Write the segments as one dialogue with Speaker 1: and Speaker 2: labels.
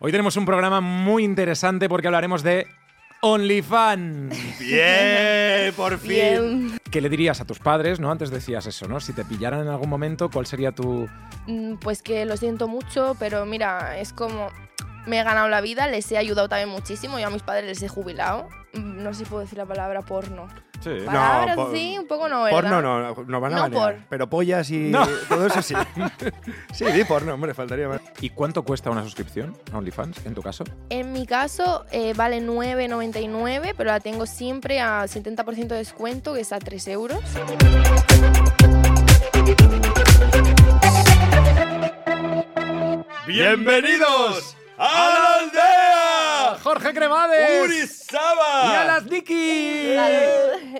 Speaker 1: Hoy tenemos un programa muy interesante porque hablaremos de OnlyFans.
Speaker 2: Bien, por fin.
Speaker 3: Bien.
Speaker 1: ¿Qué le dirías a tus padres, no? Antes decías eso, ¿no? Si te pillaran en algún momento, ¿cuál sería tu...?
Speaker 3: Mm, Pues que lo siento mucho, pero mira, es como me he ganado la vida, les he ayudado también muchísimo, yo a mis padres les he jubilado. Mm, No sé si puedo decir la palabra porno.
Speaker 2: Sí.
Speaker 3: Palabras
Speaker 2: po-
Speaker 3: sí, un poco no, ¿verdad?
Speaker 2: Porno no, no, nos van a
Speaker 3: No,
Speaker 2: banear,
Speaker 3: por.
Speaker 2: Pero pollas y
Speaker 1: No.
Speaker 2: todo eso sí. sí, di porno, hombre, faltaría más.
Speaker 1: ¿Y cuánto cuesta una suscripción a OnlyFans, en tu caso?
Speaker 3: En mi caso eh, vale 9,99, pero la tengo siempre a 70% de descuento, que es a 3 euros.
Speaker 2: ¡Bienvenidos a la aldea!
Speaker 1: ¡Jorge Cremades! ¡Y
Speaker 2: Saba!
Speaker 1: a las Nikki!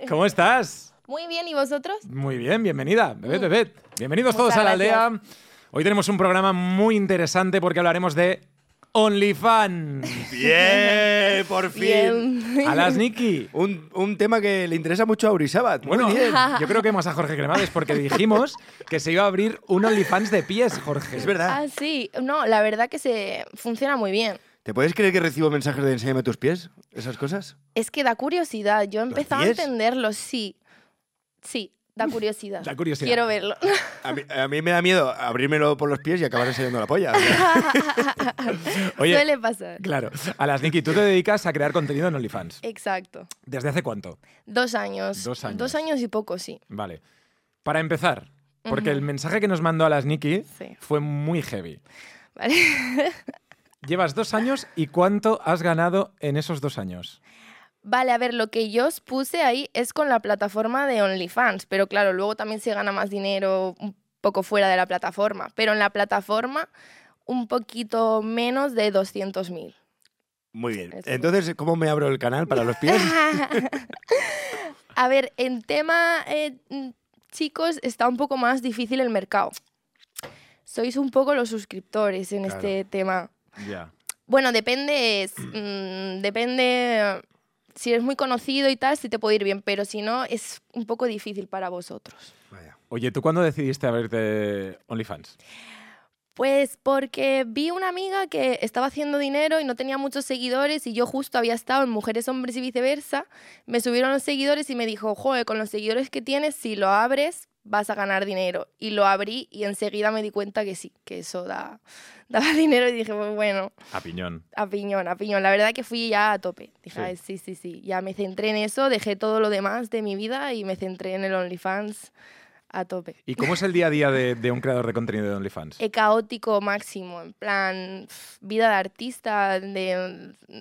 Speaker 1: ¿Cómo estás?
Speaker 3: Muy bien, ¿y vosotros?
Speaker 1: Muy bien, bienvenida, Bebet, Bebet. Bienvenidos todos
Speaker 3: Muchas
Speaker 1: a la
Speaker 3: gracias.
Speaker 1: aldea. Hoy tenemos un programa muy interesante porque hablaremos de OnlyFans.
Speaker 2: Bien, por fin.
Speaker 3: Bien.
Speaker 1: A las Nikki.
Speaker 2: Un, un tema que le interesa mucho a Urisabat. Muy
Speaker 1: Bueno,
Speaker 2: bien.
Speaker 1: yo creo que más a Jorge Cremades porque dijimos que se iba a abrir un OnlyFans de pies, Jorge.
Speaker 2: Es verdad.
Speaker 3: Ah, sí. No, la verdad que se funciona muy bien.
Speaker 2: ¿Te puedes creer que recibo mensajes de enséñame tus pies? ¿Esas cosas?
Speaker 3: Es que da curiosidad. Yo he empezado a
Speaker 2: pies?
Speaker 3: entenderlo, sí. Sí, da curiosidad.
Speaker 1: Da curiosidad.
Speaker 3: Quiero verlo.
Speaker 2: A mí, a mí me da miedo abrírmelo por los pies y acabar enseñando la polla. O sea,
Speaker 1: Oye,
Speaker 3: Suele pasar.
Speaker 1: claro. A las Nikki, tú te dedicas a crear contenido en OnlyFans.
Speaker 3: Exacto.
Speaker 1: ¿Desde hace cuánto?
Speaker 3: Dos años.
Speaker 1: Dos años.
Speaker 3: Dos años y poco, sí.
Speaker 1: Vale. Para empezar, porque el mensaje que nos mandó a las Nikki
Speaker 3: Sí.
Speaker 1: fue muy heavy.
Speaker 3: Vale.
Speaker 1: Llevas dos años y ¿cuánto has ganado en esos dos años?
Speaker 3: Vale, a ver, lo que yo os puse ahí es con la plataforma de OnlyFans, pero claro, luego también se gana más dinero un poco fuera de la plataforma, pero en la plataforma un poquito menos de 200.000.
Speaker 2: Muy bien.
Speaker 3: Eso.
Speaker 2: Entonces, ¿cómo me abro el canal para los pies?
Speaker 3: A ver, en tema eh, mm, chicos está un poco más difícil el mercado. Sois un poco los suscriptores en
Speaker 2: Claro.
Speaker 3: este tema.
Speaker 1: Ya.
Speaker 3: Bueno, depende, es, mm, depende eh, si eres muy conocido y tal, si te puede ir bien, pero si no es un poco difícil para vosotros.
Speaker 2: Vaya.
Speaker 1: Oye, ¿tú cuándo decidiste abrirte OnlyFans?
Speaker 3: Pues porque vi una amiga que estaba haciendo dinero y no tenía muchos seguidores y yo justo había estado en Mujeres, Hombres y viceversa. Me subieron los seguidores y me dijo, joder, con los seguidores que tienes, si lo abres, vas a ganar dinero. Y lo abrí y enseguida me di cuenta que sí, que eso da, daba dinero y dije, pues bueno,
Speaker 1: A piñón.
Speaker 3: a piñón, a piñón. La verdad que fui ya a tope. Dije,
Speaker 1: Sí.
Speaker 3: "Ay, sí, sí, sí. Ya me centré en eso, dejé todo lo demás de mi vida y me centré en el OnlyFans a tope.
Speaker 1: ¿Y cómo es el día a día de, de un creador de contenido de OnlyFans?
Speaker 3: eh, caótico máximo, en plan pf, vida de artista, de mm,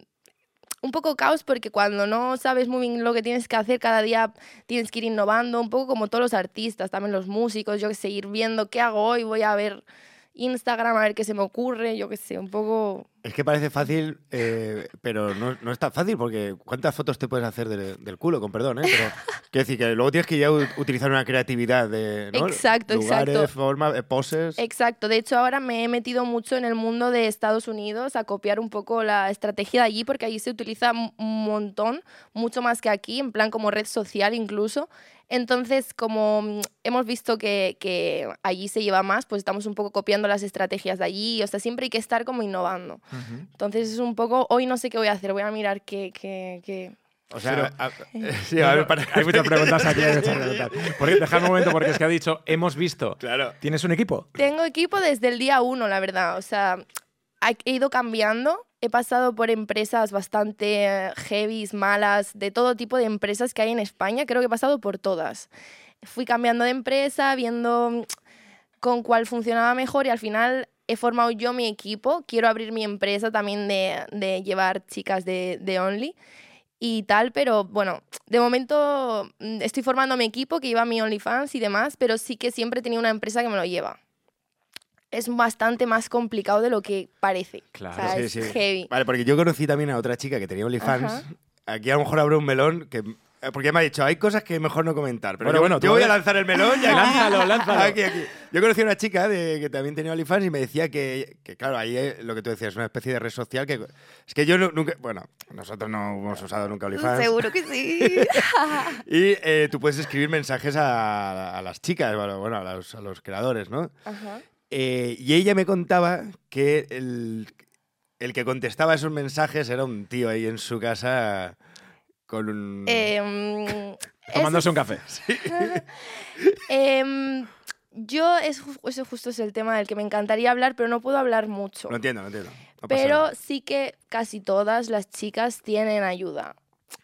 Speaker 3: un poco caos porque cuando no sabes muy bien lo que tienes que hacer, cada día tienes que ir innovando, un poco como todos los artistas, también los músicos, yo que sé, ir viendo qué hago hoy, voy a ver Instagram a ver qué se me ocurre, yo que sé, un poco...
Speaker 2: Es que parece fácil, eh, pero no, no es tan fácil porque ¿cuántas fotos te puedes hacer de- del culo? Con perdón, ¿eh? Pero, quiero decir que luego tienes que ya u- utilizar una creatividad de ¿no?
Speaker 3: Exacto,
Speaker 2: lugares,
Speaker 3: exacto.
Speaker 2: forma, eh, poses.
Speaker 3: Exacto, de hecho ahora me he metido mucho en el mundo de Estados Unidos a copiar un poco la estrategia de allí porque allí se utiliza un un montón, mucho más que aquí, en plan como red social incluso. Entonces, como mm, hemos visto que, que allí se lleva más, pues estamos un poco copiando las estrategias de allí, o sea, siempre hay que estar como innovando.
Speaker 1: Ujú.
Speaker 3: Entonces es un poco, hoy no sé qué voy a hacer, voy a mirar qué... qué, qué.
Speaker 2: o sea,
Speaker 1: Pero-
Speaker 2: a- a- sí, a ver, para-
Speaker 1: Hay muchas preguntas aquí. Hay muchas preguntas. Porque, dejadme un momento porque es que ha dicho, hemos visto.
Speaker 2: Claro.
Speaker 1: ¿Tienes un equipo?
Speaker 3: Tengo equipo desde el día uno, la verdad. O sea, ha- he ido cambiando. He pasado por empresas bastante eh, heavies, malas, de todo tipo de empresas que hay en España. Creo que he pasado por todas. Fui cambiando de empresa, viendo mm, con cuál funcionaba mejor y al final he formado yo mi equipo. Quiero abrir mi empresa también de, de llevar chicas de, de Only y tal, pero bueno, de momento mm, estoy formando mi equipo que lleva mi OnlyFans y demás, pero sí que siempre tenía una empresa que me lo lleva. Es bastante más complicado de lo que parece.
Speaker 1: Claro.
Speaker 3: O sea,
Speaker 2: Sí,
Speaker 3: es
Speaker 2: sí.
Speaker 3: heavy.
Speaker 2: Vale, porque yo conocí también a otra chica que tenía OnlyFans.
Speaker 3: Ajá.
Speaker 2: Aquí a lo mejor abro un melón que... eh, Porque me ha dicho, hay cosas que mejor no comentar. Pero
Speaker 1: Bueno,
Speaker 2: yo,
Speaker 1: bueno, tú
Speaker 2: yo voy a
Speaker 1: habla-
Speaker 2: lanzar el melón y aquí-
Speaker 1: Lánzalo, lánzalo.
Speaker 2: Aquí, aquí. Yo conocí a una chica de- que también tenía OnlyFans y me decía que, que, claro, ahí eh, lo que tú decías, una especie de red social que... Es que yo no- nunca... Bueno, nosotros no hemos usado nunca OnlyFans.
Speaker 3: Seguro que sí.
Speaker 2: Y eh, tú puedes escribir mensajes a, a las chicas, bueno, bueno, a los, a los creadores, ¿no?
Speaker 3: Ajá.
Speaker 2: Eh, y ella me contaba que el- el que contestaba esos mensajes era un tío ahí en su casa con un...
Speaker 3: Em,
Speaker 1: Tomándose un café.
Speaker 3: em, yo, es, ju- ese justo es el tema del que me encantaría hablar, pero no puedo hablar mucho.
Speaker 2: No entiendo, no entiendo. No pasa
Speaker 3: pero
Speaker 2: nada.
Speaker 3: sí que casi todas las chicas tienen ayuda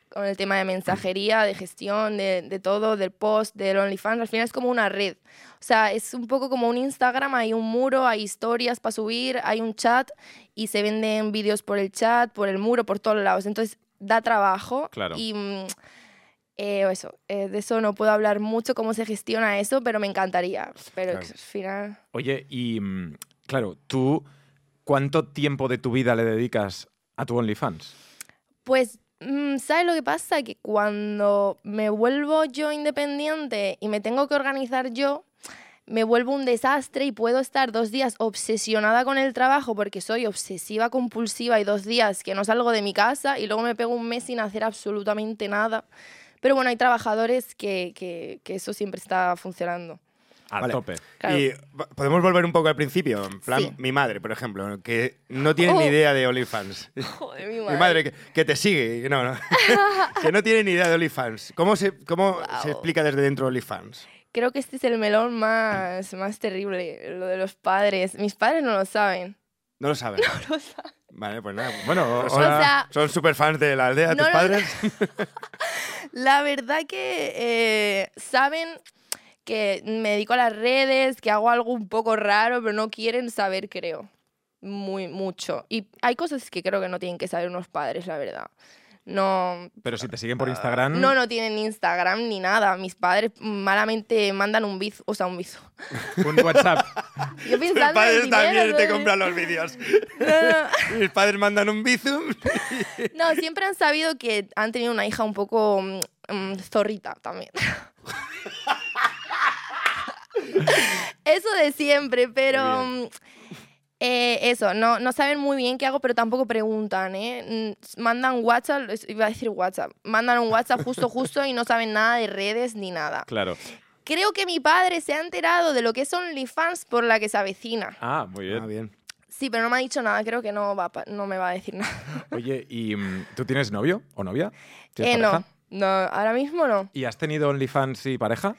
Speaker 3: con el tema de mensajería, de gestión, de, de todo, del post, del OnlyFans. Al final es como una red. O sea, es un poco como un Instagram, hay un muro, hay historias para subir, hay un chat y se venden vídeos por el chat, por el muro, por todos lados. Entonces da trabajo
Speaker 1: Claro.
Speaker 3: y mm, eh, eso, eh, de eso no puedo hablar mucho, cómo se gestiona eso, pero me encantaría. Pero
Speaker 2: Claro.
Speaker 3: al final...
Speaker 1: Oye, y mm, claro, tú, ¿cuánto tiempo de tu vida le dedicas a tu OnlyFans?
Speaker 3: Pues, mm, ¿sabes lo que pasa? Que cuando me vuelvo yo independiente y me tengo que organizar yo, me vuelvo un desastre y puedo estar dos días obsesionada con el trabajo porque soy obsesiva compulsiva y dos días que no salgo de mi casa y luego me pego un mes sin hacer absolutamente nada. Pero bueno, hay trabajadores que, que- que eso siempre está funcionando.
Speaker 1: A
Speaker 2: Vale.
Speaker 1: tope.
Speaker 3: Claro.
Speaker 2: Y va- podemos volver un poco al principio. En plan,
Speaker 3: Sí.
Speaker 2: mi madre, por ejemplo, que no tiene ni
Speaker 3: Oh.
Speaker 2: idea de OnlyFans.
Speaker 3: Joder,
Speaker 2: Mi madre que, que te sigue, que no, no. que no tiene ni idea de OnlyFans. ¿Cómo se, cómo se
Speaker 3: Wow.
Speaker 2: explica desde dentro OnlyFans?
Speaker 3: Creo que este es el melón más, más terrible, lo de los padres. Mis padres no lo saben.
Speaker 2: No lo saben. No lo saben. Vale, pues nada.
Speaker 1: Bueno, o
Speaker 2: pues
Speaker 1: sea,
Speaker 2: ahora
Speaker 3: O sea-
Speaker 2: son súper fans de la aldea,
Speaker 3: No
Speaker 2: tus
Speaker 3: lo-
Speaker 2: padres.
Speaker 3: La verdad que eh, saben que me dedico a las redes, que hago algo un poco raro, pero no quieren saber, creo. Muy, mucho. Y hay cosas que creo que no tienen que saber unos padres, la verdad. No,
Speaker 1: Pero si te siguen
Speaker 2: Ah,
Speaker 1: por
Speaker 2: Mm.
Speaker 1: Instagram.
Speaker 3: no, no tienen Instagram ni nada. Mis padres malamente mandan un biz, o sea, un biz.
Speaker 1: Un WhatsApp.
Speaker 3: Yo
Speaker 2: Tus
Speaker 3: pensando en
Speaker 2: padres
Speaker 3: el
Speaker 2: también
Speaker 3: dinero,
Speaker 2: te
Speaker 3: ¿no?
Speaker 2: compran los vídeos.
Speaker 3: No, no.
Speaker 2: Mis padres mandan un bizum.
Speaker 3: No, siempre han sabido que han tenido una hija un poco mm, mm, zorrita también. eso de siempre, pero
Speaker 2: Muy
Speaker 3: mm, eh, eso, no, no saben muy bien qué hago, pero tampoco preguntan, ¿eh? Mm, Mandan WhatsApp, es- iba a decir WhatsApp, mandan un WhatsApp justo, justo y no saben nada de redes ni nada.
Speaker 1: Claro.
Speaker 3: Creo que mi padre se ha enterado de lo que son OnlyFans por la que se avecina.
Speaker 1: Ah, muy bien.
Speaker 2: Ah, bien.
Speaker 3: Sí, pero no me ha dicho nada, creo que no, va, a pa- no me va a decir nada.
Speaker 1: Oye, ¿y mm, tú tienes novio o novia? ¿Tienes
Speaker 3: Eh, no,
Speaker 1: pareja?
Speaker 3: no, ahora mismo no.
Speaker 1: ¿Y has tenido OnlyFans y pareja?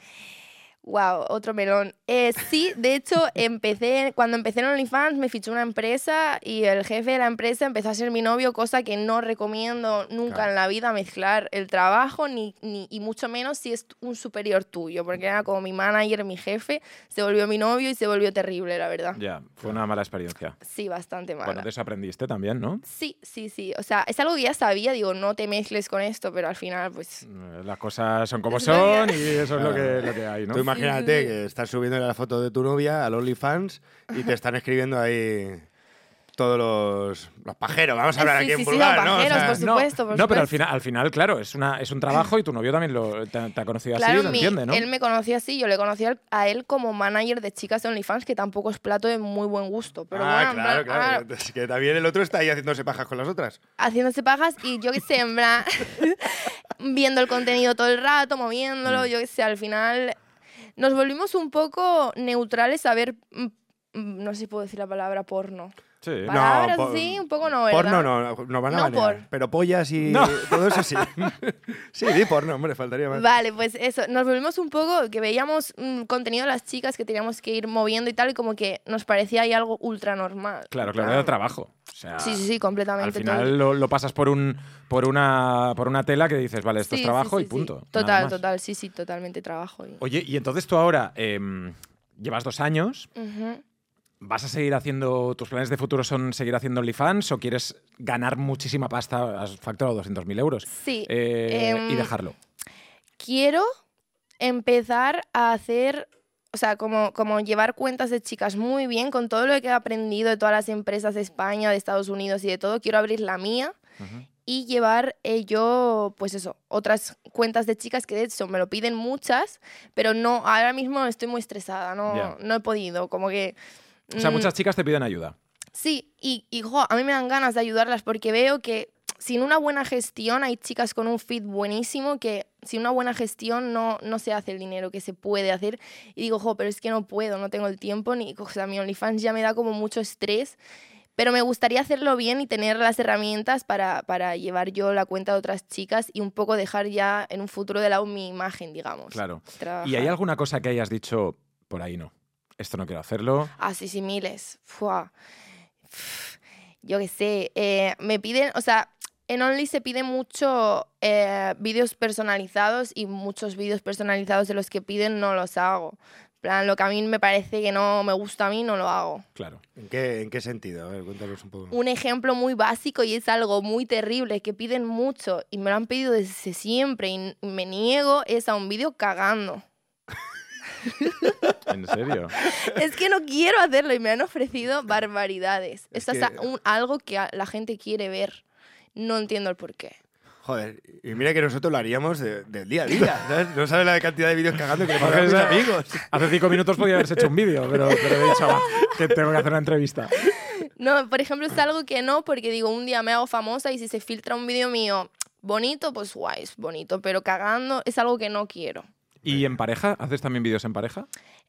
Speaker 3: Wow, otro melón. Eh, sí, de hecho, empecé, cuando empecé en OnlyFans me fichó una empresa y el jefe de la empresa empezó a ser mi novio, cosa que no recomiendo nunca
Speaker 1: Claro.
Speaker 3: en la vida mezclar el trabajo ni, ni- y mucho menos si es un superior tuyo, porque era como mi manager, mi jefe, se volvió mi novio y se volvió terrible, la verdad.
Speaker 1: Ya, fue una mala experiencia.
Speaker 3: Sí, bastante mala.
Speaker 1: Bueno, de eso aprendiste también, ¿no?
Speaker 3: Sí, sí, sí. O sea, es algo que ya sabía, digo, no te mezcles con esto, pero al final, pues...
Speaker 1: Eh, Las cosas son como
Speaker 3: Es lo
Speaker 1: son
Speaker 3: que-
Speaker 1: y eso es lo
Speaker 2: Claro.
Speaker 1: que, lo que hay, ¿no?
Speaker 2: Ah. Tú imagínate
Speaker 3: Sí, sí, sí.
Speaker 2: que estás subiendo la foto de tu novia al OnlyFans y te están escribiendo ahí todos los, los pajeros. Vamos a hablar
Speaker 3: Sí,
Speaker 2: aquí en
Speaker 3: sí, sí,
Speaker 2: vulgar,
Speaker 3: los
Speaker 2: ¿no?
Speaker 3: pajeros, pues, por
Speaker 1: Ah, no,
Speaker 3: supuesto, por
Speaker 1: no, pero al
Speaker 3: supuesto.
Speaker 1: final, al final claro, es, una, es un trabajo y tu novio también lo, te, te ha conocido así, lo
Speaker 3: mi-
Speaker 1: entiende, ¿no?
Speaker 3: él me conocía así, yo le conocía al- a él como manager de chicas de OnlyFans, que tampoco es plato de muy buen gusto. Pero
Speaker 2: ah,
Speaker 3: bueno, en
Speaker 2: claro,
Speaker 3: plan,
Speaker 2: claro.
Speaker 3: ah,
Speaker 2: Es que también el otro está ahí haciéndose pajas con las otras.
Speaker 3: haciéndose pajas y yo que sé, en plan, viendo el contenido todo el rato, moviéndolo,
Speaker 2: Mm.
Speaker 3: yo que sé, al final nos volvimos un poco neutrales a ver, mm, mm, no sé si puedo decir la palabra porno.
Speaker 1: Sí.
Speaker 2: No,
Speaker 3: Palabras
Speaker 2: por-
Speaker 3: sí, un poco no, ¿verdad?
Speaker 2: Porno no, nos van a
Speaker 3: No,
Speaker 2: banear,
Speaker 3: por.
Speaker 2: Pero pollas y
Speaker 1: No.
Speaker 2: todo eso sí. sí, di porno, hombre, faltaría más.
Speaker 3: Vale, pues eso, nos volvimos un poco, que veíamos mm, contenido de las chicas que teníamos que ir moviendo y tal, y como que nos parecía ahí algo ultra normal.
Speaker 1: Claro,
Speaker 3: En
Speaker 1: claro,
Speaker 3: plan,
Speaker 1: era trabajo. O sea,
Speaker 3: Sí, sí, sí,
Speaker 1: Al
Speaker 3: completamente. todo.
Speaker 1: final lo, lo pasas por un por una por una tela que dices, vale, esto
Speaker 3: Sí,
Speaker 1: es
Speaker 3: sí,
Speaker 1: trabajo y
Speaker 3: sí, sí.
Speaker 1: punto. nada
Speaker 3: Total,
Speaker 1: más.
Speaker 3: total, sí, sí, totalmente trabajo. y-
Speaker 1: Oye, y entonces tú ahora em, llevas dos años,
Speaker 3: Ujú.
Speaker 1: ¿vas a seguir haciendo, tus planes de futuro son seguir haciendo OnlyFans o quieres ganar muchísima pasta, has facturado 200.000 euros?
Speaker 3: Sí,
Speaker 1: eh,
Speaker 3: em,
Speaker 1: y dejarlo.
Speaker 3: quiero empezar a hacer, o sea, como, como llevar cuentas de chicas muy bien con todo lo que he aprendido de todas las empresas de España, de Estados Unidos y de todo. Quiero abrir la mía
Speaker 1: Ujú.
Speaker 3: y llevar eh, yo, pues eso, otras cuentas de chicas que de hecho me lo piden muchas, pero no, ahora mismo estoy muy estresada, no,
Speaker 1: Ya.
Speaker 3: no he podido, como que...
Speaker 1: O sea,
Speaker 3: mm,
Speaker 1: muchas chicas te piden ayuda.
Speaker 3: Sí, y, y, jo, a mí me dan ganas de ayudarlas porque veo que sin una buena gestión hay chicas con un feed buenísimo que sin una buena gestión no, no se hace el dinero que se puede hacer. Y digo, jo, pero es que no puedo, no tengo el tiempo, ni, o sea, mi OnlyFans ya me da como mucho estrés. Pero me gustaría hacerlo bien y tener las herramientas para, para llevar yo la cuenta de otras chicas y un poco dejar ya en un futuro de lado mi imagen, digamos.
Speaker 1: Claro. ¿Y
Speaker 3: Trabajar.
Speaker 1: hay alguna cosa que hayas dicho por ahí no? Esto no quiero hacerlo.
Speaker 3: Ah, sí, sí, miles. Fua. Pf, Yo qué sé. eh, me piden, o sea, en Only se pide mucho eh, vídeos personalizados y muchos vídeos personalizados de los que piden no los hago. En plan, lo que a mí me parece que no me gusta a mí, no lo hago.
Speaker 1: Claro.
Speaker 2: ¿En qué, en qué sentido? A ver, cuéntanos un poco.
Speaker 3: Un ejemplo muy básico y es algo muy terrible que piden mucho y me lo han pedido desde siempre y n- me niego es a un vídeo cagando.
Speaker 1: ¿En serio?
Speaker 3: Es que no quiero hacerlo y me han ofrecido barbaridades.
Speaker 2: Es
Speaker 3: Esto es
Speaker 2: que-
Speaker 3: un- algo que a- la gente quiere ver. No entiendo el por qué.
Speaker 2: Joder, y mira que nosotros lo haríamos de- del día a día. ¿sabes? No sabes la cantidad de vídeos cagando que le pasan a mis
Speaker 1: Esa-
Speaker 2: amigos.
Speaker 1: Hace cinco minutos podía haberse hecho un vídeo, pero, pero he dicho "Ah, que tengo que hacer una entrevista.
Speaker 3: No, por ejemplo, es algo que no, porque digo, un día me hago famosa y si se filtra un vídeo mío bonito, pues guay, es bonito, pero cagando es algo que no quiero.
Speaker 1: ¿Y en pareja? ¿Haces también vídeos en pareja?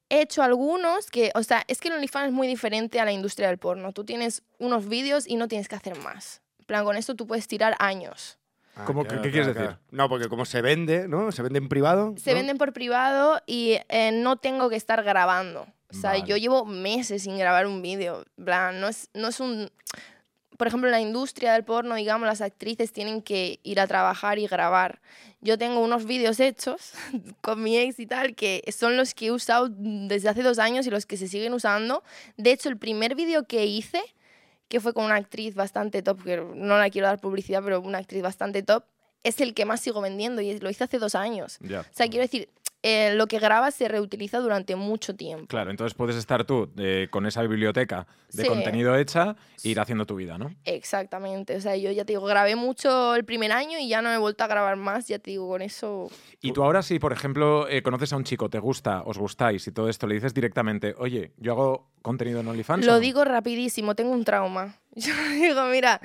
Speaker 3: He hecho algunos que, o sea, es que el OnlyFans es muy diferente a la industria del porno. Tú tienes unos vídeos y no tienes que hacer más. En plan, con esto tú puedes tirar años.
Speaker 2: Ah,
Speaker 1: ¿Cómo- qué- qué quieres decir?
Speaker 2: No, porque como se vende, ¿no? Se vende en privado.
Speaker 3: Se
Speaker 2: ¿no?
Speaker 3: venden por privado y eh, no tengo que estar grabando. O sea,
Speaker 1: Vale.
Speaker 3: yo llevo meses sin grabar un vídeo. En plan, No es, no es un... Por ejemplo, en la industria del porno, digamos, las actrices tienen que ir a trabajar y grabar. Yo tengo unos vídeos hechos con mi ex y tal, que son los que he usado desde hace dos años y los que se siguen usando. De hecho, el primer vídeo que hice, que fue con una actriz bastante top, que no la quiero dar publicidad, pero una actriz bastante top, es el que más sigo vendiendo y lo hice hace dos años.
Speaker 1: Ya.
Speaker 3: O sea, quiero decir, eh, lo que grabas se reutiliza durante mucho tiempo.
Speaker 1: Claro, entonces puedes estar tú eh, con esa biblioteca de
Speaker 3: Sí.
Speaker 1: contenido hecha e ir haciendo tu vida, ¿no?
Speaker 3: Exactamente. O sea, yo ya te digo, grabé mucho el primer año y ya no he vuelto a grabar más. Ya te digo, con eso.
Speaker 1: Y tú ahora si, por ejemplo, eh, conoces a un chico, te gusta, os gustáis y todo esto, le dices directamente, oye, yo hago contenido en OnlyFans. o
Speaker 3: Lo
Speaker 1: no?".
Speaker 3: digo rapidísimo, tengo un trauma. Yo digo, mira,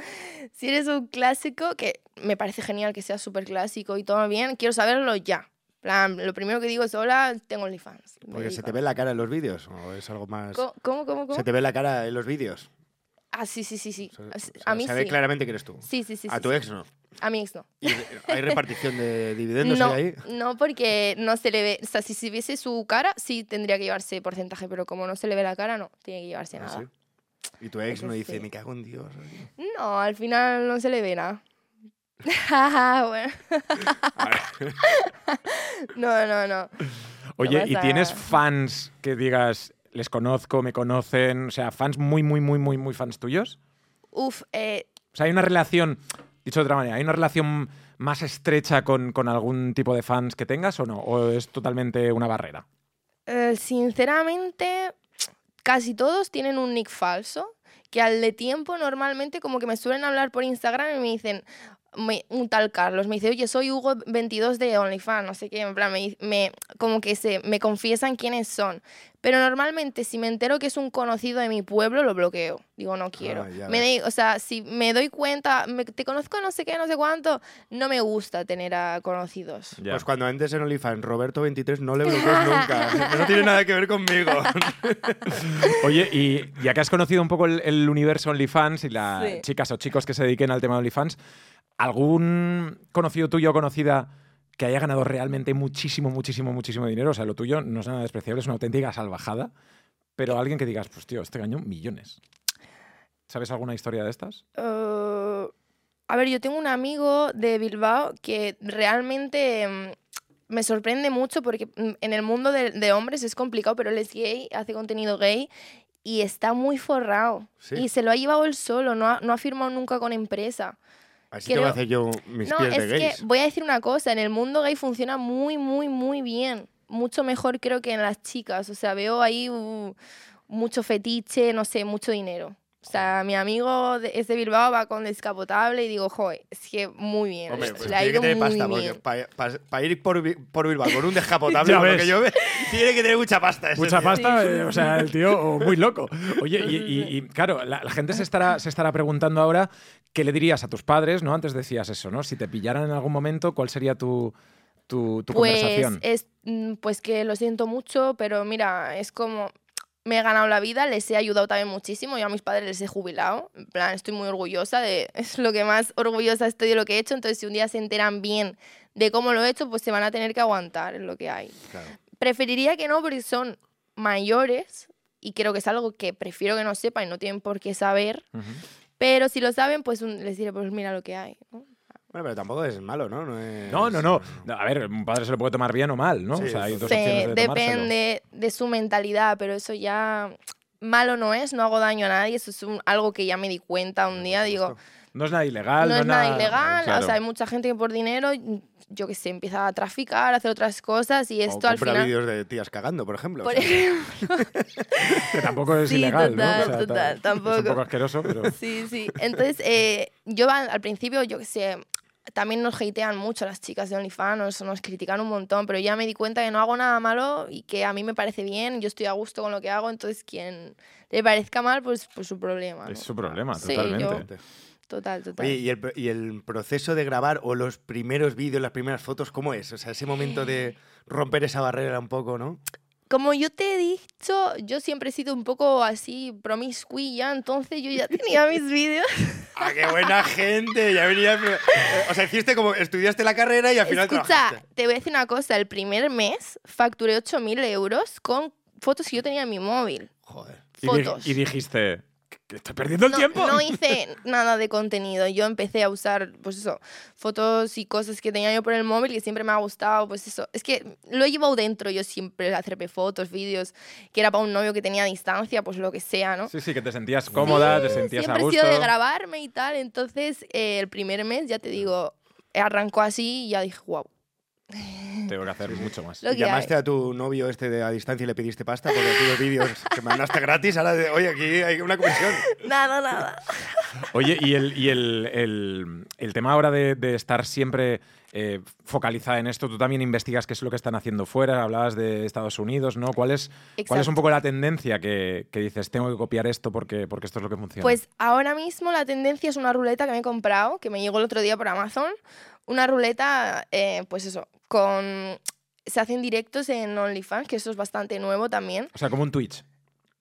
Speaker 3: si eres un clásico, que me parece genial que sea súper clásico y todo bien, quiero saberlo ya. En plan, lo primero que digo es, hola, tengo OnlyFans. Me
Speaker 2: Porque se
Speaker 3: digo,
Speaker 2: te ve la cara en los vídeos. O es algo más.
Speaker 3: "Co- ¿Cómo, cómo, cómo?
Speaker 2: Se te ve la cara en los vídeos.
Speaker 3: Ah, sí, sí, sí, sí.
Speaker 2: O sea,
Speaker 3: A-
Speaker 2: o sea,
Speaker 3: A mí
Speaker 2: se ve
Speaker 3: sí.
Speaker 2: claramente que eres tú.
Speaker 3: Sí, sí, sí.
Speaker 2: a
Speaker 3: sí,
Speaker 2: tu
Speaker 3: sí.
Speaker 2: ex no.
Speaker 3: A mi ex no.
Speaker 2: ¿Y ¿Hay repartición de dividendos
Speaker 3: no,
Speaker 2: ahí? Ah,
Speaker 3: No, porque no se le ve. O sea, si se viese su cara, sí tendría que llevarse porcentaje, pero como no se le ve la cara, no tiene que llevarse
Speaker 2: Ah,
Speaker 3: nada.
Speaker 2: sí. Y tu ex
Speaker 3: Eso
Speaker 2: no dice,
Speaker 3: sí.
Speaker 2: me cago en Dios. oye".
Speaker 3: No, al final no se le ve nada. Bueno. no, no, no.
Speaker 1: Oye,
Speaker 3: vas
Speaker 1: ¿y tienes
Speaker 3: a-
Speaker 1: fans que digas, les conozco, me conocen? O sea, fans muy, muy, muy, muy, muy fans tuyos.
Speaker 3: Uf, eh,
Speaker 1: O sea, hay una relación, dicho de otra manera, ¿hay una relación más estrecha con, con algún tipo de fans que tengas o no? ¿O es totalmente una barrera?
Speaker 3: eh, sinceramente, casi todos tienen un nick falso, que al de tiempo normalmente como que me suelen hablar por Instagram y me dicen, me- un tal Carlos, me dice, oye, soy Hugo22 de OnlyFans, no sé qué, en plan, me, di- me- como que se, me confiesan quiénes son. Pero normalmente si me entero que es un conocido de mi pueblo, lo bloqueo. Digo, no quiero.
Speaker 2: Ah, ya
Speaker 3: me doy- o sea, si me doy cuenta, me- te conozco no sé qué, no sé cuánto, no me gusta tener a conocidos.
Speaker 2: Pues cuando antes en OnlyFans, Roberto23 no le bloqueas nunca. No tiene nada que ver conmigo.
Speaker 1: Oye, y ya que has conocido un poco el, el universo OnlyFans y las
Speaker 3: Sí.
Speaker 1: chicas o chicos que se dediquen al tema de OnlyFans, ¿algún conocido tuyo o conocida que haya ganado realmente muchísimo, muchísimo, muchísimo dinero? O sea, lo tuyo no es nada despreciable, es una auténtica salvajada, pero alguien que digas, pues tío, este ganó millones. ¿Sabes alguna historia de estas?
Speaker 3: Eh, a ver, yo tengo un amigo de Bilbao que realmente mm, me sorprende mucho porque mm, en el mundo de, de hombres es complicado, pero él es gay, hace contenido gay y está muy forrado.
Speaker 2: Sí.
Speaker 3: Y se lo ha llevado él solo, no ha, no ha firmado nunca con empresa.
Speaker 2: Así te
Speaker 3: Creo-
Speaker 2: voy a hacer yo mis
Speaker 3: no,
Speaker 2: pies
Speaker 3: es
Speaker 2: de gays.
Speaker 3: que voy a decir una cosa, en el mundo gay funciona muy, muy, muy bien. Mucho mejor creo que en las chicas. O sea, veo ahí uh, mucho fetiche, no sé, mucho dinero. O sea, mi amigo de, es de Bilbao, va con descapotable y digo, joder, es que muy bien.
Speaker 2: Hombre, pues
Speaker 3: Le ha
Speaker 2: tiene que
Speaker 3: ido
Speaker 2: tener
Speaker 3: muy
Speaker 2: pasta,
Speaker 3: bien.
Speaker 2: porque para ir por, Bi- por Bilbao con un descapotable,
Speaker 1: Ya
Speaker 2: por lo
Speaker 1: ves.
Speaker 2: que yo veo, tiene que tener mucha pasta. ese
Speaker 1: Mucha
Speaker 2: tío.
Speaker 1: pasta, eh, o sea, el tío o muy loco. Oye, y, y- y, claro, la, la gente se estará, se estará preguntando ahora qué le dirías a tus padres, ¿no? Antes decías eso, ¿no? Si te pillaran en algún momento, ¿cuál sería tu, tu, tu
Speaker 3: pues,
Speaker 1: conversación?
Speaker 3: es, mm, pues que lo siento mucho, pero mira, es como... me he ganado la vida, les he ayudado también muchísimo. Yo a mis padres les he jubilado. En plan, estoy muy orgullosa de. Es lo que más orgullosa estoy de lo que he hecho. Entonces, si un día se enteran bien de cómo lo he hecho, pues se van a tener que aguantar, es lo que hay.
Speaker 2: Claro.
Speaker 3: Preferiría que no, porque son mayores y creo que es algo que prefiero que no sepan y no tienen por qué saber.
Speaker 1: Ujú.
Speaker 3: Pero si lo saben, pues un- les diré, pues mira lo que hay. ¿no?
Speaker 2: Bueno, pero tampoco es malo, ¿no? No, es-
Speaker 1: No, no, no. No, A ver, un padre se lo puede tomar bien o mal, ¿no?
Speaker 2: Sí,
Speaker 1: o sea, hay
Speaker 2: sí.
Speaker 1: dos
Speaker 3: Sí,
Speaker 1: opciones de tomárselo.
Speaker 3: depende de su mentalidad, pero eso ya malo no es, no hago daño a nadie, eso es un- algo que ya me di cuenta un día, digo,
Speaker 1: No es nada
Speaker 3: no
Speaker 1: ilegal.
Speaker 3: es nada ilegal,
Speaker 1: Claro.
Speaker 3: o sea, hay mucha gente que por dinero, yo que sé, empieza a traficar, a hacer otras cosas y
Speaker 2: o
Speaker 3: esto al
Speaker 2: compra
Speaker 3: final...
Speaker 2: vídeos de tías cagando, por ejemplo.
Speaker 3: por
Speaker 2: o sea,
Speaker 3: ejemplo,
Speaker 1: Que tampoco es
Speaker 3: Sí,
Speaker 1: ilegal,
Speaker 3: total,
Speaker 1: ¿no? O sea, ta-
Speaker 3: total,
Speaker 1: Es un
Speaker 3: tampoco.
Speaker 1: poco asqueroso, pero...
Speaker 3: sí, sí. Entonces, eh, yo al, al principio, yo que sé, también nos hatean mucho las chicas de OnlyFans, nos, nos critican un montón, pero ya me di cuenta que no hago nada malo y que a mí me parece bien, yo estoy a gusto con lo que hago, entonces quien le parezca mal, pues, pues su problema. ¿no?
Speaker 1: Es su problema,
Speaker 3: Sí,
Speaker 1: totalmente.
Speaker 2: yo-
Speaker 3: Total, total.
Speaker 2: Oye, ¿y el, y el proceso de grabar o los primeros vídeos, las primeras fotos, cómo es? O sea, ese momento de romper esa barrera un poco, ¿no?
Speaker 3: Como yo te he dicho, yo siempre he sido un poco así promiscuilla, entonces yo ya tenía mis vídeos.
Speaker 2: ¡Ah, qué buena gente! Ya venía. eh, O sea, hiciste como. Estudiaste la carrera y al final
Speaker 3: Escucha,
Speaker 2: trabajaste.
Speaker 3: te voy a decir una cosa, el primer mes facturé 8.000 euros con fotos que yo tenía en mi móvil.
Speaker 2: Joder.
Speaker 1: Y di-
Speaker 3: Fotos.
Speaker 1: Y, dijiste, "Que estoy perdiendo el
Speaker 3: no,
Speaker 1: tiempo.
Speaker 3: no hice nada de contenido. Yo empecé a usar, pues eso, fotos y cosas que tenía yo por el móvil que siempre me ha gustado, pues eso. Es que lo he llevado dentro yo siempre, hacerme fotos, vídeos, que era para un novio que tenía distancia, pues lo que sea, ¿no?
Speaker 1: Sí, sí, que te sentías cómoda, te sentías
Speaker 3: siempre
Speaker 1: a
Speaker 3: he
Speaker 1: gusto.
Speaker 3: sido de grabarme y tal. Entonces, eh, el primer mes, ya te digo, arrancó así y ya dije, wow.
Speaker 1: Tengo que hacer mucho más.
Speaker 3: Lo que
Speaker 2: Llamaste a tu novio este de a distancia y le pediste pasta por los vídeos que mandaste gratis. Ahora, de, oye, aquí hay una comisión.
Speaker 3: Nada, nada.
Speaker 1: Oye, y el, y el, el- el tema ahora de, de estar siempre eh, focalizada en esto, tú también investigas qué es lo que están haciendo fuera, hablabas de Estados Unidos, ¿no? ¿Cuál es, cuál es
Speaker 3: Exacto.
Speaker 1: un poco la tendencia que, que dices, tengo que copiar esto porque, porque esto es lo que funciona?
Speaker 3: Pues ahora mismo la tendencia es una ruleta que me he comprado, que me llegó el otro día por Amazon. Una ruleta, eh, pues eso, con... Se hacen directos en OnlyFans, que eso es bastante nuevo también.
Speaker 1: o sea, como un Twitch.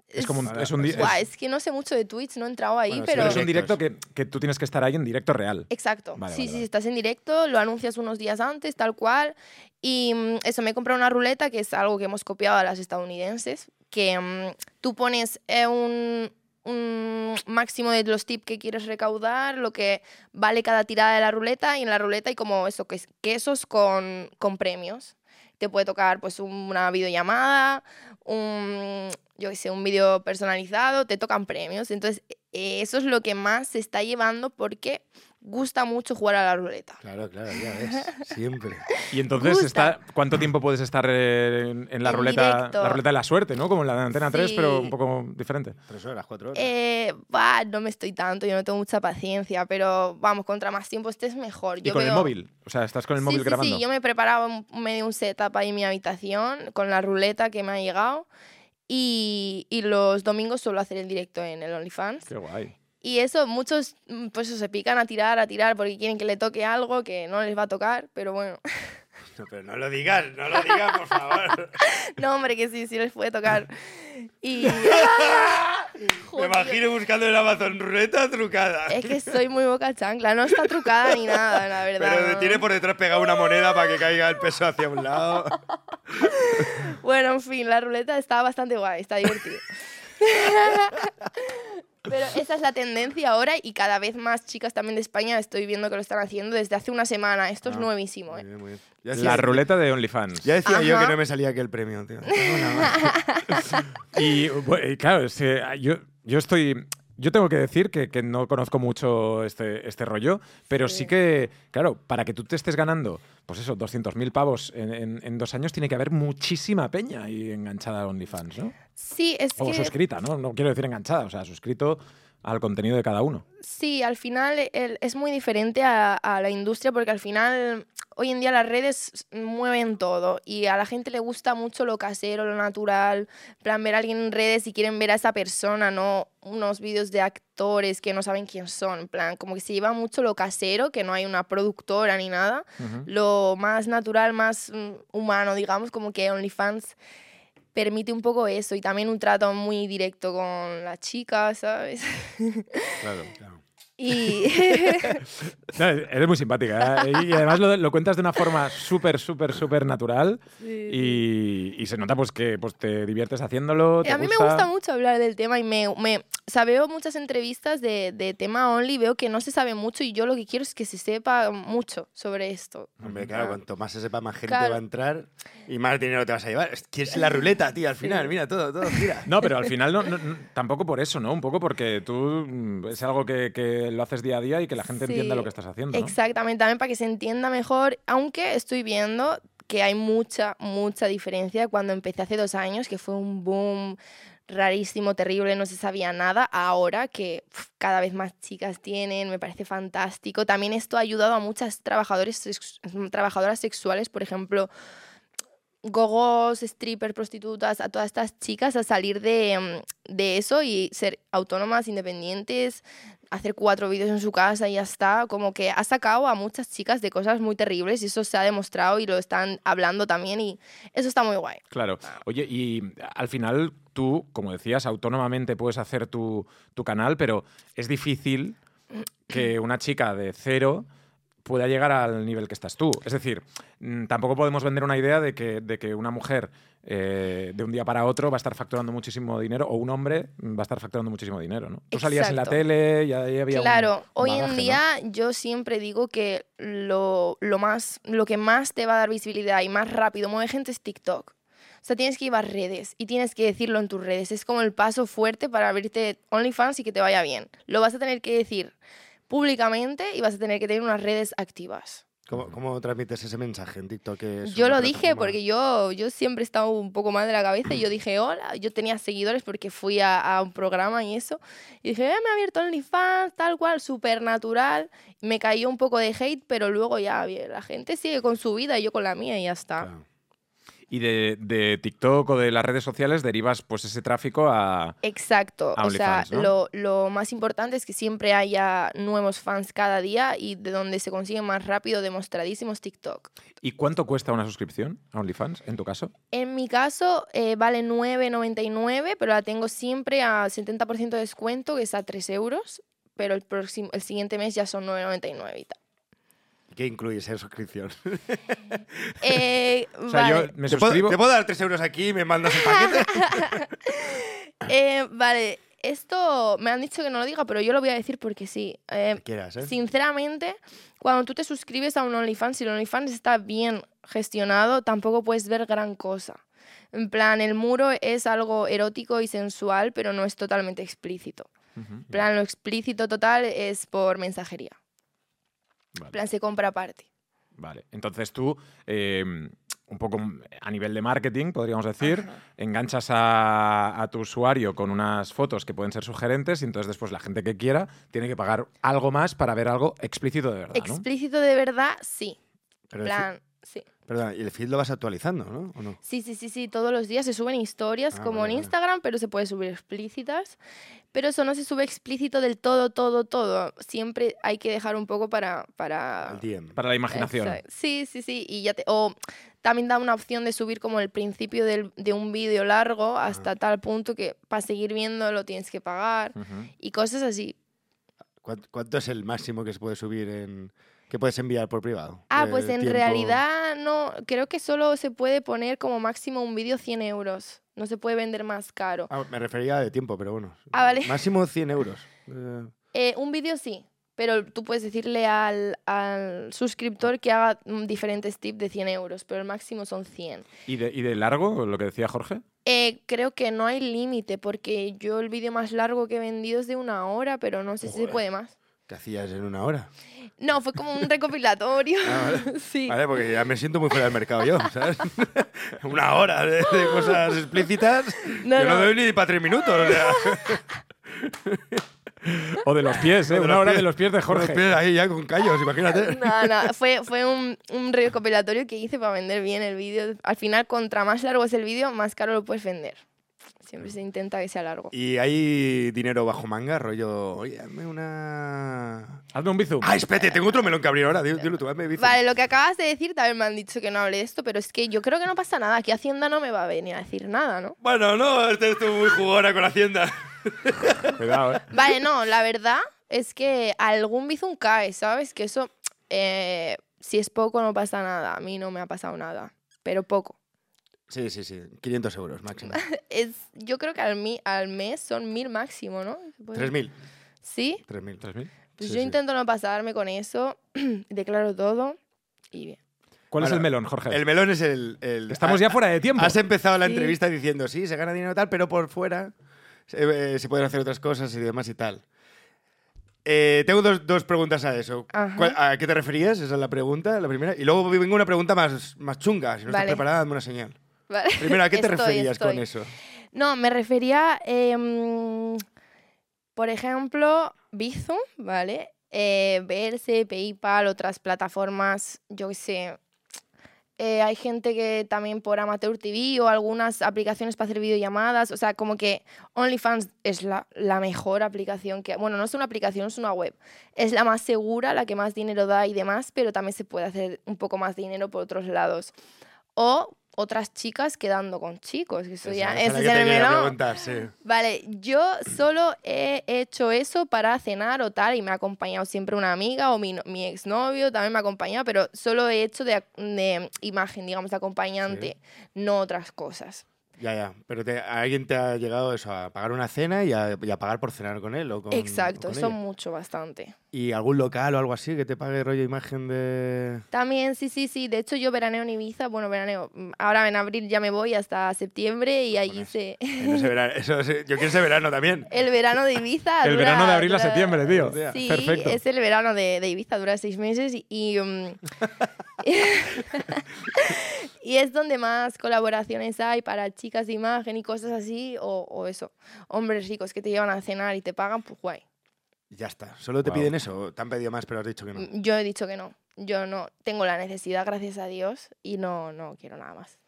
Speaker 1: Es como un,
Speaker 2: Ahora,
Speaker 1: es un di-
Speaker 2: pues,
Speaker 3: Guau,
Speaker 1: es-
Speaker 3: es que no sé mucho de Twitch, no he entrado ahí,
Speaker 2: Bueno, sí,
Speaker 1: pero
Speaker 3: pero... Eh,
Speaker 1: es un directo que, que tú tienes que estar ahí en directo real.
Speaker 3: Exacto.
Speaker 1: Vale,
Speaker 3: sí,
Speaker 1: vale,
Speaker 3: sí,
Speaker 1: vale.
Speaker 3: estás en directo, lo anuncias unos días antes, tal cual. Y mm, eso, me he comprado una ruleta, que es algo que hemos copiado a las estadounidenses, que mm, tú pones eh, un, un máximo de los tips que quieres recaudar, lo que vale cada tirada de la ruleta, y en la ruleta hay como eso, que es quesos con, con premios. Te puede tocar pues una videollamada, un, yo qué sé, un vídeo personalizado, te tocan premios. Entonces, eh, eso es lo que más se está llevando porque gusta mucho jugar a la ruleta.
Speaker 2: Claro, claro, ya ves. Siempre.
Speaker 1: Y entonces,
Speaker 3: Gusta.
Speaker 1: está, ¿cuánto tiempo puedes estar eh, en, en la
Speaker 3: En
Speaker 1: ruleta
Speaker 3: directo.
Speaker 1: la ruleta de la suerte, ¿no? Como en la de Antena 3,
Speaker 3: Sí.
Speaker 1: pero un poco diferente.
Speaker 2: Tres horas, cuatro horas.
Speaker 3: Eh, bah, no me estoy tanto, yo no tengo mucha paciencia, pero vamos, contra más tiempo estés mejor.
Speaker 1: y
Speaker 3: Yo
Speaker 1: con el
Speaker 3: veo-
Speaker 1: móvil. O sea, estás con el
Speaker 3: Sí,
Speaker 1: móvil
Speaker 3: sí,
Speaker 1: grabando.
Speaker 3: Sí, yo me preparaba un, medio un setup ahí en mi habitación con la ruleta que me ha llegado y, y los domingos suelo hacer el directo en el OnlyFans.
Speaker 1: Qué guay.
Speaker 3: Y eso, muchos mm, pues eso, se pican a tirar, a tirar porque quieren que le toque algo que no les va a tocar, pero bueno.
Speaker 2: No, pero no lo digas, no lo digas, por favor.
Speaker 3: No, hombre, que sí, sí les puede tocar. Y.
Speaker 2: Me
Speaker 3: Joder.
Speaker 2: imagino buscando en Amazon ruleta trucada.
Speaker 3: Es que soy muy boca chancla, no está trucada ni nada, la verdad.
Speaker 2: Pero
Speaker 3: no.
Speaker 2: tiene por detrás pegada una moneda para que caiga el peso hacia un lado.
Speaker 3: Bueno, en fin, la ruleta está bastante guay, está divertido. Pero esa es la tendencia ahora y cada vez más chicas también de España estoy viendo que lo están haciendo desde hace una semana. Esto es
Speaker 2: Ah,
Speaker 3: nuevísimo.
Speaker 2: Muy
Speaker 3: ¿eh?
Speaker 2: bien, muy bien. Ya
Speaker 1: la
Speaker 2: decía-
Speaker 1: ruleta de OnlyFans.
Speaker 2: Ya decía yo que
Speaker 3: Ajá.
Speaker 2: no me salía aquel premio, tío.
Speaker 1: Y bueno, y claro, es que, ah, yo, yo estoy. Yo tengo que decir que, que no conozco mucho este, este rollo, pero sí.
Speaker 3: Sí.
Speaker 1: que, claro, para que tú te estés ganando, pues eso, 200.000 pavos en, en- en dos años, tiene que haber muchísima peña ahí enganchada a OnlyFans, ¿no?
Speaker 3: Sí, es
Speaker 1: O
Speaker 3: que...
Speaker 1: suscrita, ¿no? No quiero decir enganchada, o sea, suscrito al contenido de cada uno.
Speaker 3: Sí, al final el- es muy diferente a, a la industria porque al final hoy en día las redes mueven todo y a la gente le gusta mucho lo casero, lo natural, en plan ver a alguien en redes y quieren ver a esa persona, no unos vídeos de actores que no saben quién son, en plan como que se lleva mucho lo casero, que no hay una productora ni nada,
Speaker 1: Ujú.
Speaker 3: lo más natural, más mm, humano, digamos, como que OnlyFans permite un poco eso y también un trato muy directo con las chicas, ¿sabes?
Speaker 2: Claro, claro.
Speaker 3: Y
Speaker 1: No, eres muy simpática. ¿eh? Y además lo, lo cuentas de una forma súper, súper, súper natural. Y, y se nota pues que pues, te diviertes haciéndolo. te
Speaker 3: Eh, a mí me gusta mucho hablar del tema y me, me o sea, veo muchas entrevistas de, de tema only, veo que no se sabe mucho y yo lo que quiero es que se sepa mucho sobre esto.
Speaker 2: Hombre, claro, cuanto más se sepa, más gente
Speaker 3: Claro.
Speaker 2: va a entrar y más dinero te vas a llevar. Es que es la ruleta, tío, al final. Mira, todo, todo, gira.
Speaker 1: No, pero al final no, no- no- tampoco por eso, ¿no? Un poco porque tú mm, es algo que, que lo haces día a día y que la gente entienda
Speaker 3: Sí,
Speaker 1: lo que estás haciendo. ¿no?
Speaker 3: Exactamente, también para que se entienda mejor, aunque estoy viendo que hay mucha, mucha diferencia cuando empecé hace dos años, que fue un boom rarísimo, terrible, no se sabía nada, ahora que pf, cada vez más chicas tienen, me parece fantástico. También esto ha ayudado a muchas trabajadores, sex- trabajadoras sexuales, por ejemplo, gogos, strippers, prostitutas, a todas estas chicas a salir de, mm, de eso y ser autónomas, independientes, hacer cuatro vídeos en su casa y ya está. Como que ha sacado a muchas chicas de cosas muy terribles y eso se ha demostrado y lo están hablando también y eso está muy guay.
Speaker 1: Claro.
Speaker 3: Ah.
Speaker 1: Oye, y al final tú, como decías, autónomamente puedes hacer tu, tu canal, pero es difícil que una chica de cero pueda llegar al nivel que estás tú. Es decir, mm, tampoco podemos vender una idea de que, de que una mujer eh, de un día para otro va a estar facturando muchísimo dinero o un hombre mm, va a estar facturando muchísimo dinero, ¿no? Tú salías en la
Speaker 3: Exacto.
Speaker 1: tele, ya, ya había un
Speaker 3: Claro, hoy
Speaker 1: bagaje,
Speaker 3: en
Speaker 1: ¿no?
Speaker 3: día yo siempre digo que lo, lo más, lo que más te va a dar visibilidad y más rápido mueve gente es TikTok. O sea, tienes que ir a redes y tienes que decirlo en tus redes. Es como el paso fuerte para abrirte OnlyFans y que te vaya bien. Lo vas a tener que decir públicamente y vas a tener que tener unas redes activas.
Speaker 2: ¿Cómo, cómo transmites ese mensaje en TikTok? que es
Speaker 3: Yo
Speaker 2: una
Speaker 3: lo dije
Speaker 2: plataforma-
Speaker 3: porque yo, yo siempre he estado un poco mal de la cabeza y yo dije, hola, yo tenía seguidores porque fui a, a un programa y eso. Y dije, eh, me ha abierto OnlyFans, tal cual, súper natural. Me cayó un poco de hate, pero luego ya bien, la gente sigue con su vida y yo con la mía y ya está.
Speaker 2: Claro.
Speaker 1: Y de, de TikTok o de las redes sociales derivas pues ese tráfico a...
Speaker 3: Exacto,
Speaker 1: A
Speaker 3: o sea,
Speaker 1: OnlyFans, ¿no?
Speaker 3: lo, lo más importante es que siempre haya nuevos fans cada día y de donde se consigue más rápido, demostradísimos TikTok.
Speaker 1: ¿Y cuánto cuesta una suscripción a OnlyFans, en tu caso?
Speaker 3: En mi caso eh, vale 9,99, pero la tengo siempre a 70% de descuento, que es a 3 euros, pero el, próximo, el siguiente mes ya son 9,99 y tal.
Speaker 2: ¿Qué incluye esa suscripción?
Speaker 3: Eh,
Speaker 1: O sea,
Speaker 3: vale,
Speaker 1: yo me
Speaker 2: ¿Te, puedo,
Speaker 1: suscribo...
Speaker 2: te puedo dar 3 euros aquí y me mandas el paquete?
Speaker 3: eh, vale, esto me han dicho que no lo diga, pero yo lo voy a decir porque sí. Eh,
Speaker 2: Lo que quieras, ¿eh?
Speaker 3: Sinceramente, cuando tú te suscribes a un OnlyFans, si el OnlyFans está bien gestionado, tampoco puedes ver gran cosa. En plan, el muro es algo erótico y sensual, pero no es totalmente explícito.
Speaker 1: Ujú.
Speaker 3: En plan, lo explícito total es por mensajería. En
Speaker 1: Vale,
Speaker 3: plan, se compra aparte.
Speaker 1: vale. entonces tú, eh, un poco mm, a nivel de marketing, podríamos decir, enganchas a, a tu usuario con unas fotos que pueden ser sugerentes y entonces después la gente que quiera tiene que pagar algo más para ver algo explícito de verdad, ¿no?
Speaker 3: Explícito de verdad, sí.
Speaker 2: Pero
Speaker 3: En
Speaker 2: el fi-
Speaker 3: plan, sí.
Speaker 2: perdona, y el feed lo vas actualizando, ¿no? ¿O no?
Speaker 3: Sí, sí, sí, sí, todos los días se suben historias
Speaker 2: Ah,
Speaker 3: como
Speaker 2: vale,
Speaker 3: en
Speaker 2: vale.
Speaker 3: Instagram, pero se puede subir explícitas. Pero eso no se sube explícito del todo, todo, todo. Siempre hay que dejar un poco para... para...
Speaker 2: El DM.
Speaker 1: Para la imaginación.
Speaker 3: Exacto. Sí, sí, sí. Y ya te, o también da una opción de subir como el principio del- de un vídeo largo
Speaker 2: Ah.
Speaker 3: hasta tal punto que para seguir viéndolo tienes que
Speaker 2: Mm.
Speaker 3: pagar
Speaker 1: Ujú.
Speaker 3: y cosas así.
Speaker 2: ¿Cuánto, cuánto es el máximo que se puede subir en... que puedes enviar por privado?
Speaker 3: Ah,
Speaker 2: El
Speaker 3: pues en
Speaker 2: tiempo-
Speaker 3: realidad no, creo que solo se puede poner como máximo un vídeo 100 euros. No se puede vender más caro.
Speaker 2: Ah, me refería de tiempo, pero bueno.
Speaker 3: Ah, vale.
Speaker 2: Máximo 100 euros. Eh,
Speaker 3: Eh, un vídeo sí, pero tú puedes decirle al, al suscriptor que haga mm, diferentes tips de 100 euros, pero el máximo son 100.
Speaker 1: ¿Y, de, y de largo, lo que decía Jorge?
Speaker 3: Eh, creo que no hay límite, porque yo el vídeo más largo que he vendido es de una hora, pero no sé si
Speaker 2: Joder.
Speaker 3: se puede más.
Speaker 2: ¿Qué hacías en una hora?
Speaker 3: No, fue como un recopilatorio.
Speaker 2: Ah, vale.
Speaker 3: sí.
Speaker 2: Vale, porque ya me siento muy fuera del mercado yo, ¿sabes? Una hora de, de cosas explícitas.
Speaker 3: No,
Speaker 2: yo no,
Speaker 3: no.
Speaker 2: doy ni para tres minutos. O sea,
Speaker 1: O de los pies, ¿eh?
Speaker 2: de
Speaker 1: Una
Speaker 2: los
Speaker 1: hora
Speaker 2: pies.
Speaker 1: de los pies de
Speaker 2: Jorge.
Speaker 1: Jorge.
Speaker 2: ahí ya con callos, imagínate.
Speaker 3: No, no, fue, fue un, un recopilatorio que hice para vender bien el vídeo. Al final, contra más largo es el vídeo, más caro lo puedes vender. Siempre se intenta que sea largo.
Speaker 2: ¿Y hay dinero bajo manga, rollo? Oye, hazme una.
Speaker 1: Hazme un bizum.
Speaker 2: ¡Ah, espérate! Tengo otro melón que abrir ahora. Dilo, dilo tú, hazme bizum.
Speaker 3: Vale, lo que acabas de decir también me han dicho que no hable de esto, pero es que yo creo que no pasa nada. Aquí Hacienda no me va a venir a decir nada, ¿no?
Speaker 2: Bueno, no, este estuvo muy jugona con la Hacienda.
Speaker 1: Cuidado, ¿eh?
Speaker 3: Vale, no, la verdad es que algún bizum cae, ¿sabes? Que eso, eh, si es poco, no pasa nada. A mí no me ha pasado nada, pero poco.
Speaker 2: Sí, sí, sí. 500 euros máximo.
Speaker 3: Es, yo creo que al, mi- al mes son mil máximo, ¿no? Se puede-
Speaker 2: 3.000.
Speaker 3: Sí,
Speaker 2: 3.000.
Speaker 1: 3.000.
Speaker 3: pues
Speaker 2: Sí,
Speaker 3: yo
Speaker 2: sí.
Speaker 3: intento no pasarme con eso, declaro todo y bien.
Speaker 1: ¿Cuál es
Speaker 2: Ahora,
Speaker 1: el melón, Jorge?
Speaker 2: El ah, melón es el. el-
Speaker 1: Estamos ya fuera de tiempo.
Speaker 2: Has empezado la
Speaker 3: Sí.
Speaker 2: entrevista diciendo, sí, se gana dinero tal, pero por fuera eh, eh, se pueden hacer otras cosas y demás y tal. Eh, tengo dos, dos preguntas a eso.
Speaker 3: Ajá.
Speaker 2: ¿Cuál- ¿A qué te referías? Esa es la pregunta, la primera. Y luego vengo una pregunta más, más chunga. Si no
Speaker 3: Vale.
Speaker 2: estás preparada, dame una señal.
Speaker 3: Vale.
Speaker 2: Primero, ¿a qué te
Speaker 3: Estoy,
Speaker 2: referías con
Speaker 3: estoy.
Speaker 2: eso?
Speaker 3: No, me refería, eh, mm, por ejemplo, Bizum, ¿vale? Eh, Verse, PayPal, otras plataformas, yo qué sé. Eh, hay gente que también por Amateur TV o algunas aplicaciones para hacer videollamadas. O sea, como que OnlyFans es la, la mejor aplicación que... Bueno, no es una aplicación, es una web. Es la más segura, la que más dinero da y demás, pero también se puede hacer un poco más dinero por otros lados. O otras chicas quedando con chicos, que eso ya...
Speaker 2: Esa es
Speaker 3: Eso
Speaker 2: la
Speaker 3: ya
Speaker 2: que
Speaker 3: no
Speaker 2: te
Speaker 3: me
Speaker 2: quería
Speaker 3: lo-
Speaker 2: preguntar, sí.
Speaker 3: Vale, yo solo he hecho eso para cenar o tal, y me ha acompañado siempre una amiga o mi, no- mi exnovio también me ha acompañado, pero solo he hecho de, ac- de imagen, digamos, de acompañante, no otras cosas.
Speaker 2: Ya, ya. Pero te- ¿a alguien te ha llegado eso, a pagar una cena y a, y a pagar por cenar con él o con- o
Speaker 3: Exacto,
Speaker 2: con ella?
Speaker 3: eso mucho, bastante.
Speaker 2: ¿Y algún local o algo así que te pague rollo imagen de...?
Speaker 3: También, sí, sí, sí, de hecho yo veraneo en Ibiza, bueno, veraneo, mm, ahora en abril ya me voy hasta septiembre
Speaker 1: Pues
Speaker 3: y allí
Speaker 2: Bueno,
Speaker 3: se...
Speaker 2: Eh, no sé verano, eso sí, yo quiero ese verano también.
Speaker 3: El verano de Ibiza.
Speaker 1: El
Speaker 3: dura-
Speaker 1: verano de abril a
Speaker 3: dura-
Speaker 1: septiembre, tío.
Speaker 3: Sí,
Speaker 1: Perfecto.
Speaker 3: es el verano de, de Ibiza, dura seis meses y- y... um, y es donde más colaboraciones hay para chicas de imagen y cosas así, o, o eso, hombres ricos que te llevan a cenar y te pagan, pues guay.
Speaker 2: Ya está. ¿Solo te
Speaker 1: Guau.
Speaker 2: piden eso? ¿O ¿Te han pedido más pero has dicho que no?
Speaker 3: Mm, Yo he dicho que no, yo no tengo la necesidad, gracias a Dios, y no, no quiero nada más.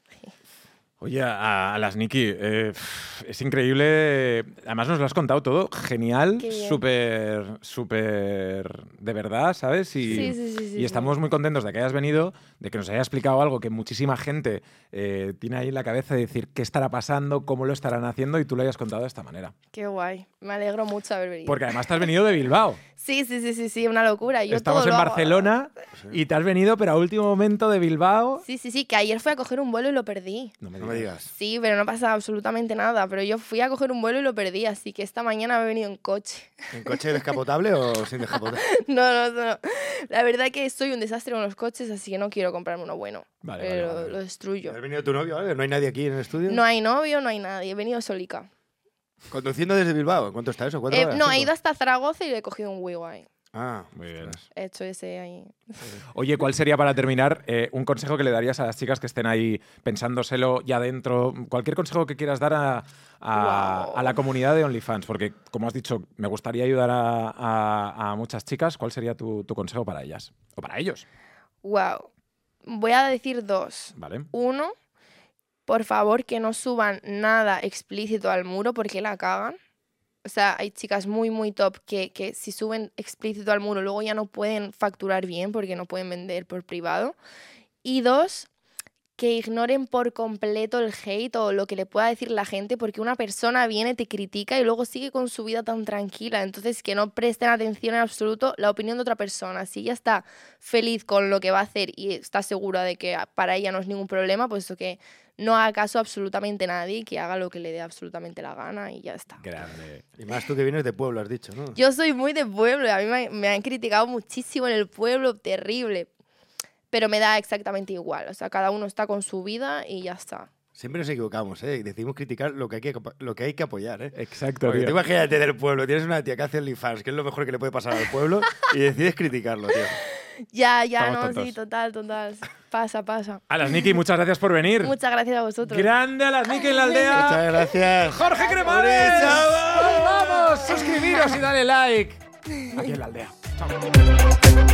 Speaker 1: Oye, a, a las Nikki, eh, pf, es increíble. Además, nos lo has contado todo. Genial,
Speaker 3: Qué bien.
Speaker 1: súper, súper de verdad, ¿sabes? Y,
Speaker 3: Sí, sí, sí, sí,
Speaker 1: y
Speaker 3: sí.
Speaker 1: estamos muy contentos de que hayas venido, de que nos hayas explicado algo que muchísima gente eh, tiene ahí en la cabeza de decir qué estará pasando, cómo lo estarán haciendo y tú lo hayas contado de esta manera.
Speaker 3: Qué guay, me alegro mucho de haber venido.
Speaker 1: Porque además te has venido de Bilbao.
Speaker 3: Sí, sí, sí, sí, sí, una locura. Yo
Speaker 1: Estamos en
Speaker 3: todo lo hago-
Speaker 1: Barcelona y te has venido, pero a último momento de Bilbao.
Speaker 3: Sí, sí, sí, que ayer fui a coger un vuelo y lo perdí.
Speaker 1: No me
Speaker 2: No me digas.
Speaker 3: Sí, pero no pasa absolutamente nada. Pero yo fui a coger un vuelo y lo perdí, así que esta mañana me he venido en coche.
Speaker 2: ¿En coche descapotable o sin descapotable?
Speaker 3: No, no, no, no. La verdad que soy un desastre con los coches, así que no quiero comprarme uno bueno.
Speaker 1: Vale,
Speaker 3: pero
Speaker 1: vale, vale.
Speaker 3: lo destruyo.
Speaker 2: ¿Has venido tu novio? ¿vale? ¿No hay nadie aquí en el estudio?
Speaker 3: No hay novio, no hay nadie. He venido solica.
Speaker 2: ¿Conduciendo desde Bilbao? ¿Cuánto está eso? ¿Cuatro
Speaker 3: Eh,
Speaker 2: horas?
Speaker 3: no, he
Speaker 2: ¿Cinco?
Speaker 3: ido hasta Zaragoza y le he cogido un Wigo ahí.
Speaker 2: Ah,
Speaker 1: Muy bien.
Speaker 2: ostras.
Speaker 3: He hecho ese ahí.
Speaker 1: Oye, ¿cuál sería para terminar eh, un consejo que le darías a las chicas que estén ahí pensándoselo ya dentro? Cualquier consejo que quieras dar a, a-
Speaker 3: Wow.
Speaker 1: a la comunidad de OnlyFans, porque como has dicho, me gustaría ayudar a, a- a muchas chicas. ¿Cuál sería tu, tu consejo para ellas? O para ellos,
Speaker 3: Wow. Voy a decir dos.
Speaker 1: ¿vale?
Speaker 3: Uno, por favor que no suban nada explícito al muro porque la cagan. O sea, hay chicas muy, muy top que, que si suben explícito al muro luego ya no pueden facturar bien porque no pueden vender por privado. Y dos, que ignoren por completo el hate o lo que le pueda decir la gente porque una persona viene, te critica y luego sigue con su vida tan tranquila. Entonces, que no presten atención en absoluto la opinión de otra persona. Si ella está feliz con lo que va a hacer y está segura de que para ella no es ningún problema, pues eso que no haga caso a absolutamente nadie y que haga lo que le dé absolutamente la gana y ya está.
Speaker 1: Grande.
Speaker 2: Y más tú que vienes de pueblo, has dicho, ¿no?
Speaker 3: Yo soy muy de pueblo y a mí me, me han criticado muchísimo en el pueblo, terrible. Pero me da exactamente igual. O sea, cada uno está con su vida y ya está.
Speaker 2: Siempre nos equivocamos, ¿eh? Y Decidimos criticar lo que hay que, lo que, hay que apoyar, ¿eh?
Speaker 1: Exacto,
Speaker 2: Porque tú
Speaker 1: tío.
Speaker 2: imagínate del pueblo, tienes una tía que hace OnlyFans, que es lo mejor que le puede pasar al pueblo, y decides criticarlo, tío.
Speaker 3: Ya, ya,
Speaker 1: Estamos
Speaker 3: no, sí,
Speaker 1: tontos.
Speaker 3: total, total. Pasa, pasa.
Speaker 1: A las Niki, muchas gracias por venir.
Speaker 3: Muchas gracias a vosotros.
Speaker 1: Grande a las Niki en la aldea.
Speaker 2: Muchas gracias.
Speaker 1: Jorge Cremades.
Speaker 2: ¡Bravo!
Speaker 1: Vamos, suscribiros y dale like. Aquí en la aldea. Chao.